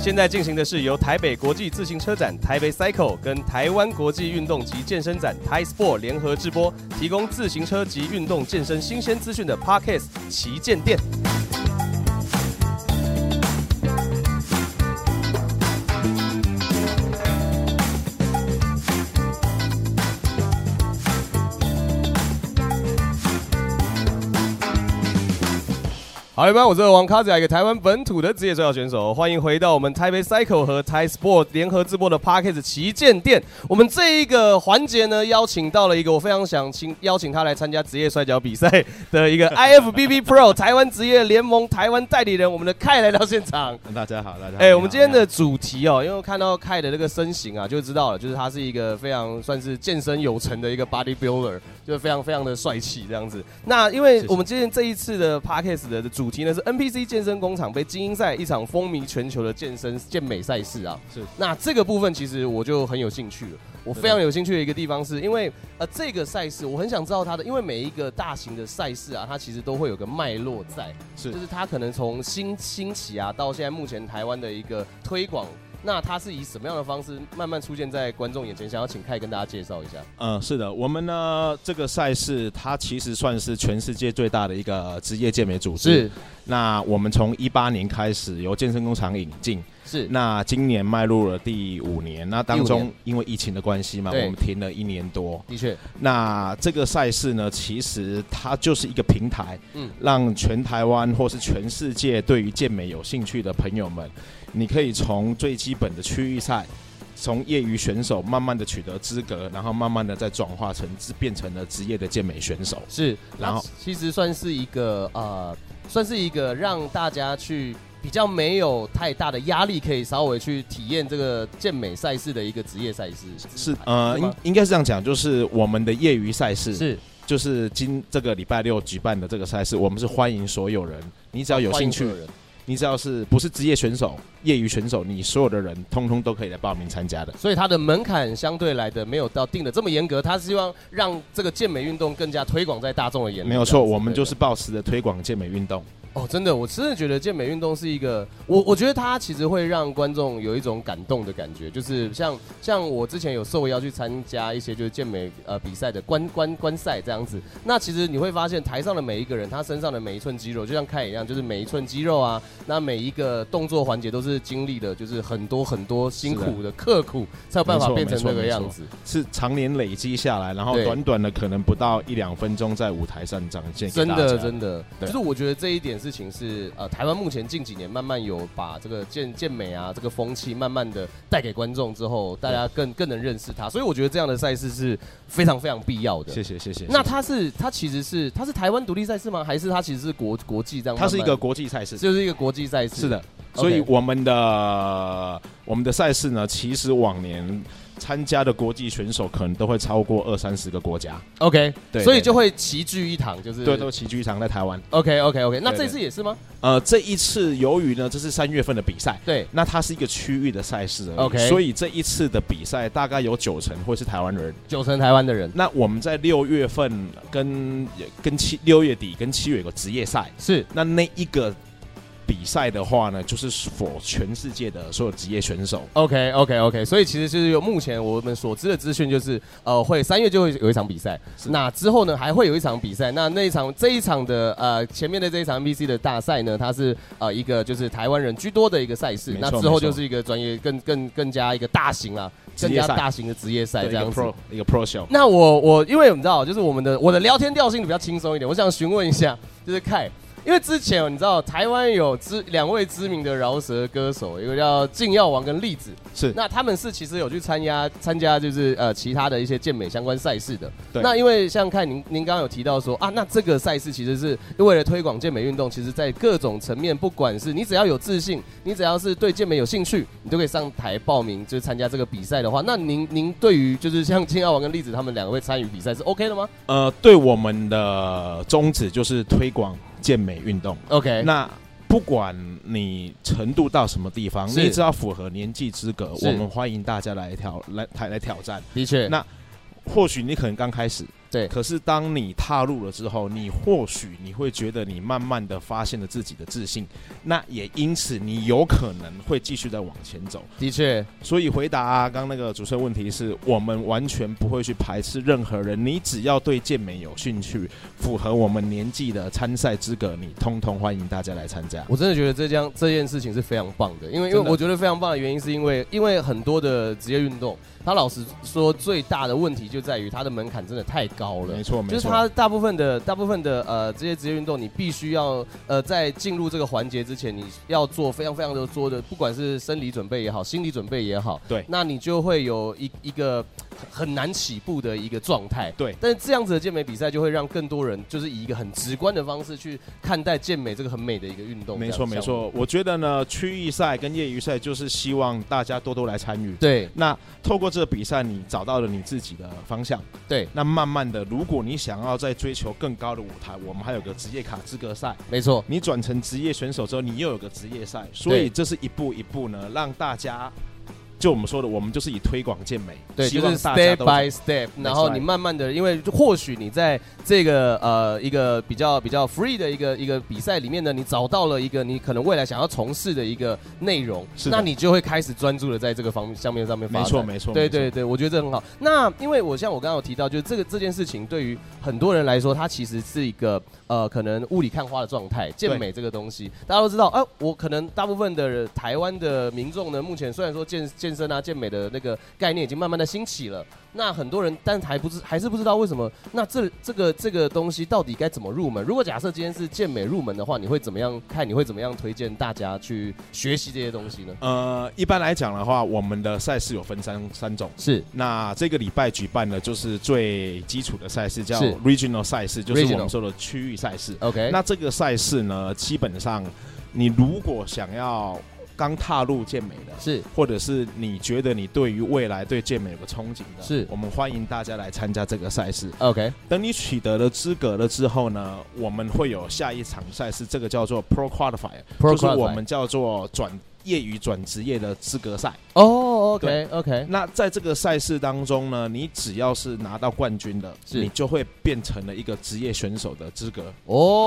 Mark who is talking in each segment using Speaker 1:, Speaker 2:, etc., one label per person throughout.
Speaker 1: 现在进行的是由台北国际自行车展台北 Cycle 跟台湾国际运动及健身展 Thai Sport 联合直播，提供自行车及运动健身新鲜资讯的 Parkes 旗舰店。好，友们，我是王卡仔，一个台湾本土的职业摔跤选手，欢迎回到我们台北 Cycle 和 Thai Sport 联合直播的 Parkes 旗舰店。我们这一个环节呢，邀请到了一个我非常想请邀请他来参加职业摔跤比赛的一个 IFBB Pro 台湾职业联盟台湾代理人，我们的凯来到现场。
Speaker 2: 大家好，大家好。
Speaker 1: 哎、我们今天
Speaker 2: 你好
Speaker 1: 的主题哦，因为看到凯的这个身形啊，就知道了，就是他是一个非常算是健身有成的一个 bodybuilder，就是非常非常的帅气这样子。那因为
Speaker 2: 谢谢
Speaker 1: 我们今天这一次的 podcast 的主题呢是 NPC 健身工厂杯精英赛一场风靡全球的健身健美赛事啊。
Speaker 2: 是
Speaker 1: 那这个部分其实我就很有兴趣了。我非常有兴趣的一个地方是因为呃这个赛事我很想知道它的，因为每一个大型的赛事啊，它其实都会有个脉络在。
Speaker 2: 是
Speaker 1: 就是它可能从兴兴起啊，到现在目前台湾的一个推广，那它是以什么样的方式慢慢出现在观众眼前？想要请凯跟大家介绍一下。
Speaker 2: 嗯，是的，我们呢这个赛事，它其实算是全世界最大的一个职业健美组织。，那我们从一八年开始由健身工厂引进，
Speaker 1: 是，
Speaker 2: 那今年迈入了第五年。那当
Speaker 1: 第五
Speaker 2: 中
Speaker 1: 年
Speaker 2: 因为疫情的关系嘛，我
Speaker 1: 对
Speaker 2: 们停了一年多。
Speaker 1: 的确，
Speaker 2: 那这个赛事呢，其实它就是一个平台，
Speaker 1: 嗯
Speaker 2: 嗯，让全台湾或是全世界对于健美有兴趣的朋友们，你可以从最基本的区域赛，从业余选手慢慢的取得资格，然后慢慢的再转化成变成了职业的健美选手。
Speaker 1: 是。
Speaker 2: 然后
Speaker 1: 那其实算是一个呃，算是一个让大家去。比较没有太大的压力，可以稍微去体验这个健美赛事的一个职业赛事。
Speaker 2: 是呃，
Speaker 1: 是嗯
Speaker 2: 应
Speaker 1: 吗
Speaker 2: 应该是这样讲，就是我们的业余赛事，
Speaker 1: 是
Speaker 2: 就是今这个礼拜六举办的这个赛事，我们是欢迎所有人，你只要有
Speaker 1: 哦欢
Speaker 2: 兴
Speaker 1: 迎
Speaker 2: 趣
Speaker 1: 所，有人，
Speaker 2: 你只要是不是职业选手、业余选手，你所有的人通通都可以来报名参加的。
Speaker 1: 所以它的门槛相对来的没有到定的这么严格，它是希望让这个健美运动更加推广在大众的眼里。
Speaker 2: 没有错，
Speaker 1: 这样子
Speaker 2: 我们
Speaker 1: 对
Speaker 2: 就
Speaker 1: 不对
Speaker 2: 是抱持的推广健美运动。
Speaker 1: 哦，真的，我真的觉得健美运动是一个，我我觉得它其实会让观众有一种感动的感觉，就是像像我之前有受邀去参加一些就是健美呃比赛的观观观赛这样子，那其实你会发现台上的每一个人，他身上的每一寸肌肉，就像凯一样，就是每一寸肌肉啊，那每一个动作环节都是经历了就是很多很多辛苦的刻苦，才有办法
Speaker 2: 啊没错
Speaker 1: 变成
Speaker 2: 没错
Speaker 1: 那个
Speaker 2: 没错
Speaker 1: 样子。
Speaker 2: 是常年累积下来，然后
Speaker 1: 对
Speaker 2: 短短的可能不到一两分钟，在舞台上展现给
Speaker 1: 真
Speaker 2: 大家。
Speaker 1: 的真的，就
Speaker 2: 对
Speaker 1: 是我觉得这一点事情是呃，台湾目前近几年慢慢有把这个健健美啊这个风气慢慢的带给观众之后，大家更更能认识它，所以我觉得这样的赛事是非常非常必要的。
Speaker 2: 谢谢谢谢。
Speaker 1: 那
Speaker 2: 谢谢
Speaker 1: 它是它其实是它是台湾独立赛事吗？还是它其实是国国际这样慢
Speaker 2: 它
Speaker 1: 慢？
Speaker 2: 是一个国际赛事，
Speaker 1: 就是一个国际赛事。
Speaker 2: 是的。
Speaker 1: OK
Speaker 2: 所以我们的我们的赛事呢，其实往年参加的国际选手可能都会超过二三十个国家，
Speaker 1: ，OK，
Speaker 2: 对
Speaker 1: 所以
Speaker 2: 对
Speaker 1: 就会齐聚一堂，就是
Speaker 2: 对，都齐聚一堂在台湾。
Speaker 1: OK OK OK。那
Speaker 2: 对
Speaker 1: 这
Speaker 2: 对
Speaker 1: 次也是吗？
Speaker 2: 呃，这一次由于呢，这是三月份的比赛，
Speaker 1: 对，
Speaker 2: 那它是一个区域的赛事而已
Speaker 1: OK
Speaker 2: 所以这一次的比赛大概有九成会是台湾人。
Speaker 1: 九成台湾的人
Speaker 2: 那我们在六月份跟跟七六月底跟七月有个职业赛，
Speaker 1: 是
Speaker 2: 那那一个比赛的话呢，就是 for 全世界的所有职业选手。
Speaker 1: OK OK OK，所以其实就是有目前我们所知的资讯就是，呃，会三月就会有一场比赛，
Speaker 2: 是
Speaker 1: 那之后呢还会有一场比赛，那那一场这一场的呃前面的这一场 NPC 的大赛呢，它是呃一个就是台湾人居多的一个赛事，
Speaker 2: 没
Speaker 1: 那
Speaker 2: 错
Speaker 1: 之后
Speaker 2: 没错
Speaker 1: 就是一个专业更更更加一个大型啊，
Speaker 2: 职
Speaker 1: 更
Speaker 2: 业
Speaker 1: 加
Speaker 2: 赛
Speaker 1: 大型的职业赛
Speaker 2: 对一
Speaker 1: 这
Speaker 2: 个
Speaker 1: 样子。
Speaker 2: pro 一个 pro show，
Speaker 1: 那我我因为你知道，就是我们的我的聊天调性比较轻松一点，我想询问一下，就是凯，因为之前你知道台湾有知两位知名的饶舌歌手，一个叫禁药王跟栗子，
Speaker 2: 是
Speaker 1: 那他们是其实有去参加参加就是呃其他的一些健美相关赛事的。
Speaker 2: 对
Speaker 1: 那因为像看您您刚刚有提到说啊，那这个赛事其实是为了推广健美运动，其实在各种层面，不管是你只要有自信，你只要是对健美有兴趣，你都可以上台报名，就是参加这个比赛的话，那您您对于就是像金耀王跟栗子他们两个会参与比赛是 OK 的吗
Speaker 2: 呃，对我们的宗旨就是推广健美运动。
Speaker 1: ？OK，
Speaker 2: 那不管你程度到什么地方，
Speaker 1: 是
Speaker 2: 你只要符合年纪资格，
Speaker 1: 是
Speaker 2: 我们欢迎大家来挑来来来挑战。
Speaker 1: 的确，
Speaker 2: 那或许你可能刚开始，
Speaker 1: 对
Speaker 2: 可是当你踏入了之后，你或许你会觉得你慢慢的发现了自己的自信，那也因此你有可能会继续再往前走。
Speaker 1: 的确，
Speaker 2: 所以回答、刚那个主持人问题是我们完全不会去排斥任何人，你只要对健美有兴趣，符合我们年纪的参赛资格，你通通欢迎大家来参加。
Speaker 1: 我真的觉得这件这件事情是非常棒的，因为因为
Speaker 2: 真的
Speaker 1: 我觉得非常棒的原因是因为因为很多的职业运动，它老实说最大的问题就在于它的门槛真的太高了
Speaker 2: 没。错，没
Speaker 1: 就
Speaker 2: 错，
Speaker 1: 是它大部分的大部分的呃这些职业运动，你必须要呃在进入这个环节之前，你要做非常非常多做的，不管是生理准备也好，心理准备也好，
Speaker 2: 对
Speaker 1: 那你就会有一一个很难起步的一个状态。
Speaker 2: 对
Speaker 1: 但是这样子的健美比赛就会让更多人就是以一个很直观的方式去看待健美这个很美的一个运动。
Speaker 2: 没错，
Speaker 1: 这
Speaker 2: 没
Speaker 1: 样子。
Speaker 2: 错。我觉得呢，区域赛跟业余赛就是希望大家多多来参与。
Speaker 1: 对
Speaker 2: 那透过这个比赛，你找到了你自己的方向。
Speaker 1: 对，
Speaker 2: 那慢慢的，如果你想要再追求更高的舞台，我们还有个职业卡资格赛。
Speaker 1: 没错，
Speaker 2: 你转成职业选手之后，你又有个职业赛，所以这是一步一步呢，让大家就我们说的，我们就是以推广健美，
Speaker 1: 对，
Speaker 2: 希
Speaker 1: 就是
Speaker 2: 望大家
Speaker 1: step
Speaker 2: 都
Speaker 1: by step，
Speaker 2: right
Speaker 1: 然后你慢慢的，因为或许你在这个呃一个比较比较 free 的一个一个比赛里面呢，你找到了一个你可能未来想要从事的一个内容，
Speaker 2: 是的
Speaker 1: 那你就会开始专注的在这个方上面上面发
Speaker 2: 没
Speaker 1: 展。
Speaker 2: 错，没错，
Speaker 1: 对
Speaker 2: 没错
Speaker 1: 对对，我觉得这很好。那因为我像我刚刚有提到，就是这个这件事情对于很多人来说，它其实是一个呃，可能雾里看花的状态。健美这个东西，大家都知道，哎、我可能大部分的人台湾的民众呢，目前虽然说健健身啊、健美的那个概念已经慢慢的兴起了，那很多人但还不知还是不知道为什么。那这这个这个东西到底该怎么入门？如果假设今天是健美入门的话，你会怎么样看？你会怎么样推荐大家去学习这些东西呢？
Speaker 2: 呃，一般来讲的话，我们的赛事有分三三种。
Speaker 1: 是
Speaker 2: 那这个礼拜举办的就是最基础的赛事，叫
Speaker 1: 是
Speaker 2: regional 赛事，就是我
Speaker 1: Regional
Speaker 2: 们说的区域赛事。
Speaker 1: OK，
Speaker 2: 那这个赛事呢，基本上你如果想要刚踏入健美的，
Speaker 1: 是
Speaker 2: 或者是你觉得你对于未来对健美有个憧憬的，
Speaker 1: 是
Speaker 2: 我们欢迎大家来参加这个赛事。
Speaker 1: OK，
Speaker 2: 等你取得了资格了之后呢，我们会有下一场赛事，这个叫做 Pro Qualifier，就是
Speaker 1: Pro
Speaker 2: 我们叫做转业余转职业的资格赛。
Speaker 1: 哦，OK OK，
Speaker 2: 那在这个赛事当中呢，你只要是拿到冠军的，
Speaker 1: 是
Speaker 2: 你就会变成了一个职业选手的资格。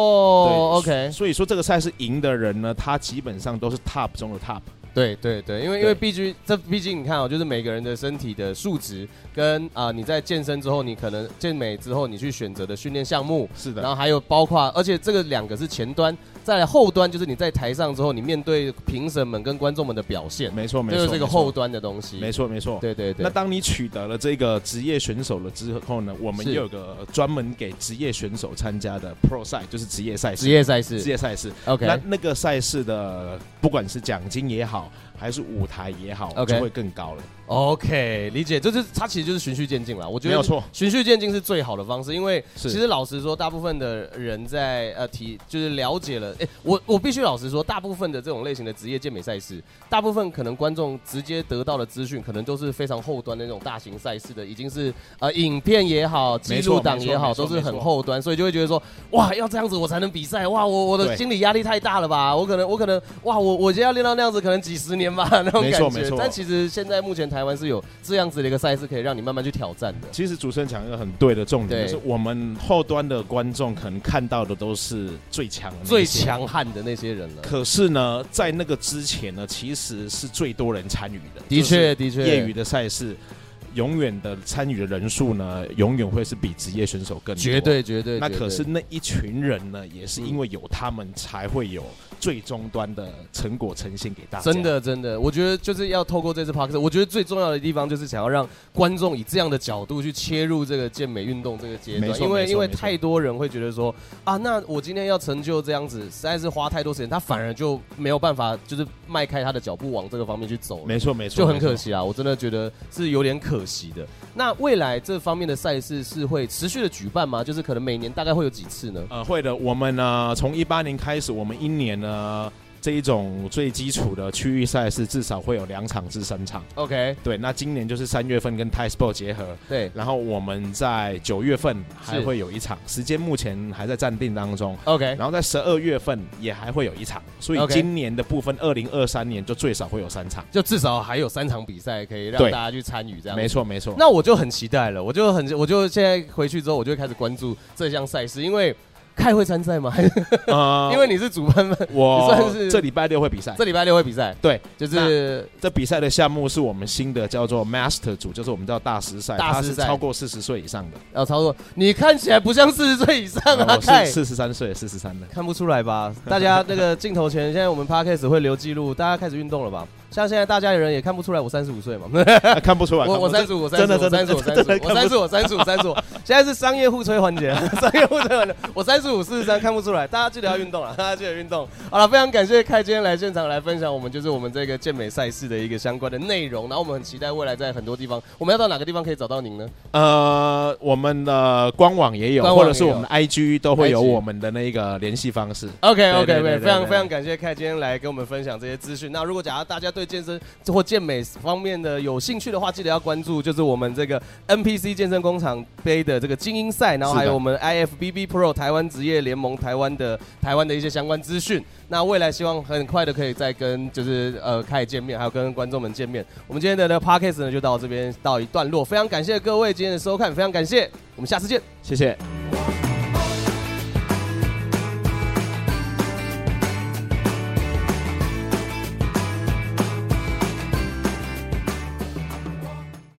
Speaker 1: 哦，OK，
Speaker 2: 所以说这个赛事赢的人呢，他基本上都是 top 中的 top。
Speaker 1: 对对对，因为因为毕竟这毕竟你看哦，就是每个人的身体的数值跟啊、你在健身之后，你可能健美之后你去选择的训练项目，
Speaker 2: 是
Speaker 1: 然，后还有包括，而且这个两个是前端，再来后端就是你在台上之后，你面对评审们跟观众们的表现，
Speaker 2: 没错没
Speaker 1: 这
Speaker 2: 错，
Speaker 1: 就是这个后端的东西。
Speaker 2: 没
Speaker 1: 错，
Speaker 2: 错没错。
Speaker 1: 对对对
Speaker 2: 那，当你取得了这个职业选手了之后呢，我们
Speaker 1: 是
Speaker 2: 也有个专门给职业选手参加的 pro 赛，就是职业赛事。
Speaker 1: 职业赛
Speaker 2: 职
Speaker 1: 事
Speaker 2: 业赛事，
Speaker 1: ，OK，
Speaker 2: 那那个赛事的不管是奖金也好，还是舞台也好
Speaker 1: OK
Speaker 2: 就会更高了。
Speaker 1: OK，理解，就是它其实就是循序渐进啦。我觉得
Speaker 2: 没有错
Speaker 1: 循序渐进是最好的方式，因为
Speaker 2: 是
Speaker 1: 其实老实说，大部分的人在呃提就是了解了，哎、我我必须老实说，大部分的这种类型的职业健美赛事，大部分可能观众直接得到的资讯，可能都是非常后端的那种大型赛事的，已经是呃影片也好，记
Speaker 2: 没错
Speaker 1: 录档也好，
Speaker 2: 没错
Speaker 1: 都是
Speaker 2: 没
Speaker 1: 很
Speaker 2: 错
Speaker 1: 后端，所以就会觉得说，哇，要这样子我才能比赛，哇，我我的
Speaker 2: 对
Speaker 1: 心理压力太大了吧，我可能我可能哇，我我今天要练到那样子，可能几十年吧，那种
Speaker 2: 没
Speaker 1: 感
Speaker 2: 错
Speaker 1: 觉，
Speaker 2: 没错
Speaker 1: 但其实现在目前台湾是有这样子的一个赛事，可以让你慢慢去挑战的。
Speaker 2: 其实主持人讲一个很对的重点，
Speaker 1: 对
Speaker 2: 就是我们后端的观众可能看到的都是最强的那些
Speaker 1: 最。强悍的那些人了，
Speaker 2: 可是呢，在那个之前呢，其实是最多人参与的。
Speaker 1: 的确，的确，
Speaker 2: 业余的赛事，永远的参与的人数呢，永远会是比职业选手更多。
Speaker 1: 绝。对绝对。
Speaker 2: 那
Speaker 1: 绝对
Speaker 2: 可是那一群人呢，也是因为有他们，才会有最终端的成果呈现给大家。
Speaker 1: 真，的真的，我觉得就是要透过这次 p a r k 我觉得最重要的地方就是想要让观众以这样的角度去切入这个健美运动这个阶
Speaker 2: 没
Speaker 1: 段，
Speaker 2: 错
Speaker 1: 因为
Speaker 2: 没错
Speaker 1: 因为
Speaker 2: 没错
Speaker 1: 太多人会觉得说啊，那我今天要成就这样子，实在是花太多时间，他反而就没有办法就是迈开他的脚步往这个方面去走了。
Speaker 2: 没错没错，
Speaker 1: 就很可
Speaker 2: 没错。
Speaker 1: 惜啊，我真的觉得是有点可惜的。那未来这方面的赛事是会持续的举办吗？就是可能每年大概会有几次呢？
Speaker 2: 呃，会的，我们呢，从一八年开始，我们一年呢。这一种最基础的区域赛事至少会有两场至三场。
Speaker 1: OK，
Speaker 2: 对，那今年就是三月份跟 Thai Sport 结合，
Speaker 1: 对
Speaker 2: 然后我们在九月份还
Speaker 1: 是
Speaker 2: 会有一场，时间目前还在暂定当中。
Speaker 1: ，OK，
Speaker 2: 然后在十二月份也还会有一场，所以
Speaker 1: 哎 OK
Speaker 2: 今年的部分，二零二三年就最少会有三场。
Speaker 1: 就至少还有三场比赛可以让
Speaker 2: 对
Speaker 1: 大家去参与，这样
Speaker 2: 没错，没错。
Speaker 1: 那我就很期待了，我就很，我就现在回去之后，我就会开始关注这项赛事，因为开会参赛嘛，
Speaker 2: 呃
Speaker 1: 因为你是主办方，
Speaker 2: 我
Speaker 1: 算是
Speaker 2: 这礼拜六会比赛，
Speaker 1: 这礼拜六会比赛，
Speaker 2: 对，
Speaker 1: 就是
Speaker 2: 这比赛的项目是我们新的叫做 Master 组，就是我们叫大师赛，
Speaker 1: 大
Speaker 2: 它
Speaker 1: 师
Speaker 2: 是
Speaker 1: 赛
Speaker 2: 超过四十岁以上 的。
Speaker 1: 要操作。你看起来不像四十岁以上啊，
Speaker 2: 我
Speaker 1: 凯
Speaker 2: 哦是四十三岁，四十三的。
Speaker 1: 看不出来吧？ 大家那个镜头前，现在我们 podcast 会留记录，大家开始运动了吧？像现在大家的人也看不出来我三十五 岁嘛，
Speaker 2: 啊看不出来，
Speaker 1: 我我
Speaker 2: 看
Speaker 1: 三
Speaker 2: 不出
Speaker 1: 十五，我三
Speaker 2: 真
Speaker 1: 十
Speaker 2: 的
Speaker 1: 五，我
Speaker 2: 真的
Speaker 1: 三十五，
Speaker 2: 真的真的
Speaker 1: 我三十五，我三十五，我三十五，现在是商业互吹环节， 商业互吹环节，我三十五，四十三看不出来，大家记得要运动啊 了，大家记得运动。好了，非常感谢开今天来现场来分享我们就是我们这个健美赛事的一个相关的内容，然后我们很期待未来在很多地方，我们要到哪个地方可以找到您呢？
Speaker 2: 呃，我们的官网也有，
Speaker 1: 官网
Speaker 2: 或
Speaker 1: 也有
Speaker 2: 者是我们的 IG 都会有
Speaker 1: IG
Speaker 2: 我们的那个联系方式。
Speaker 1: OK
Speaker 2: 对
Speaker 1: OK
Speaker 2: 对
Speaker 1: OK，
Speaker 2: 对
Speaker 1: 非常
Speaker 2: 对
Speaker 1: 非常感谢凯今天来跟我们分享这些资讯。那如果假如大家对健身或健美方面的有兴趣的话，记得要关注就是我们这个 NPC 健身工厂杯的这个精英赛，然后
Speaker 2: 是的
Speaker 1: 还有我们 IFBB Pro 台湾职业联盟台湾的台湾的一些相关资讯。那未来希望很快的可以再跟就是呃凯见面，还有跟观众们见面。我们今天的呢 podcast 呢就到这边到一段落，非常感谢各位今天的收看，非常感谢，我们下次见。
Speaker 2: 谢谢。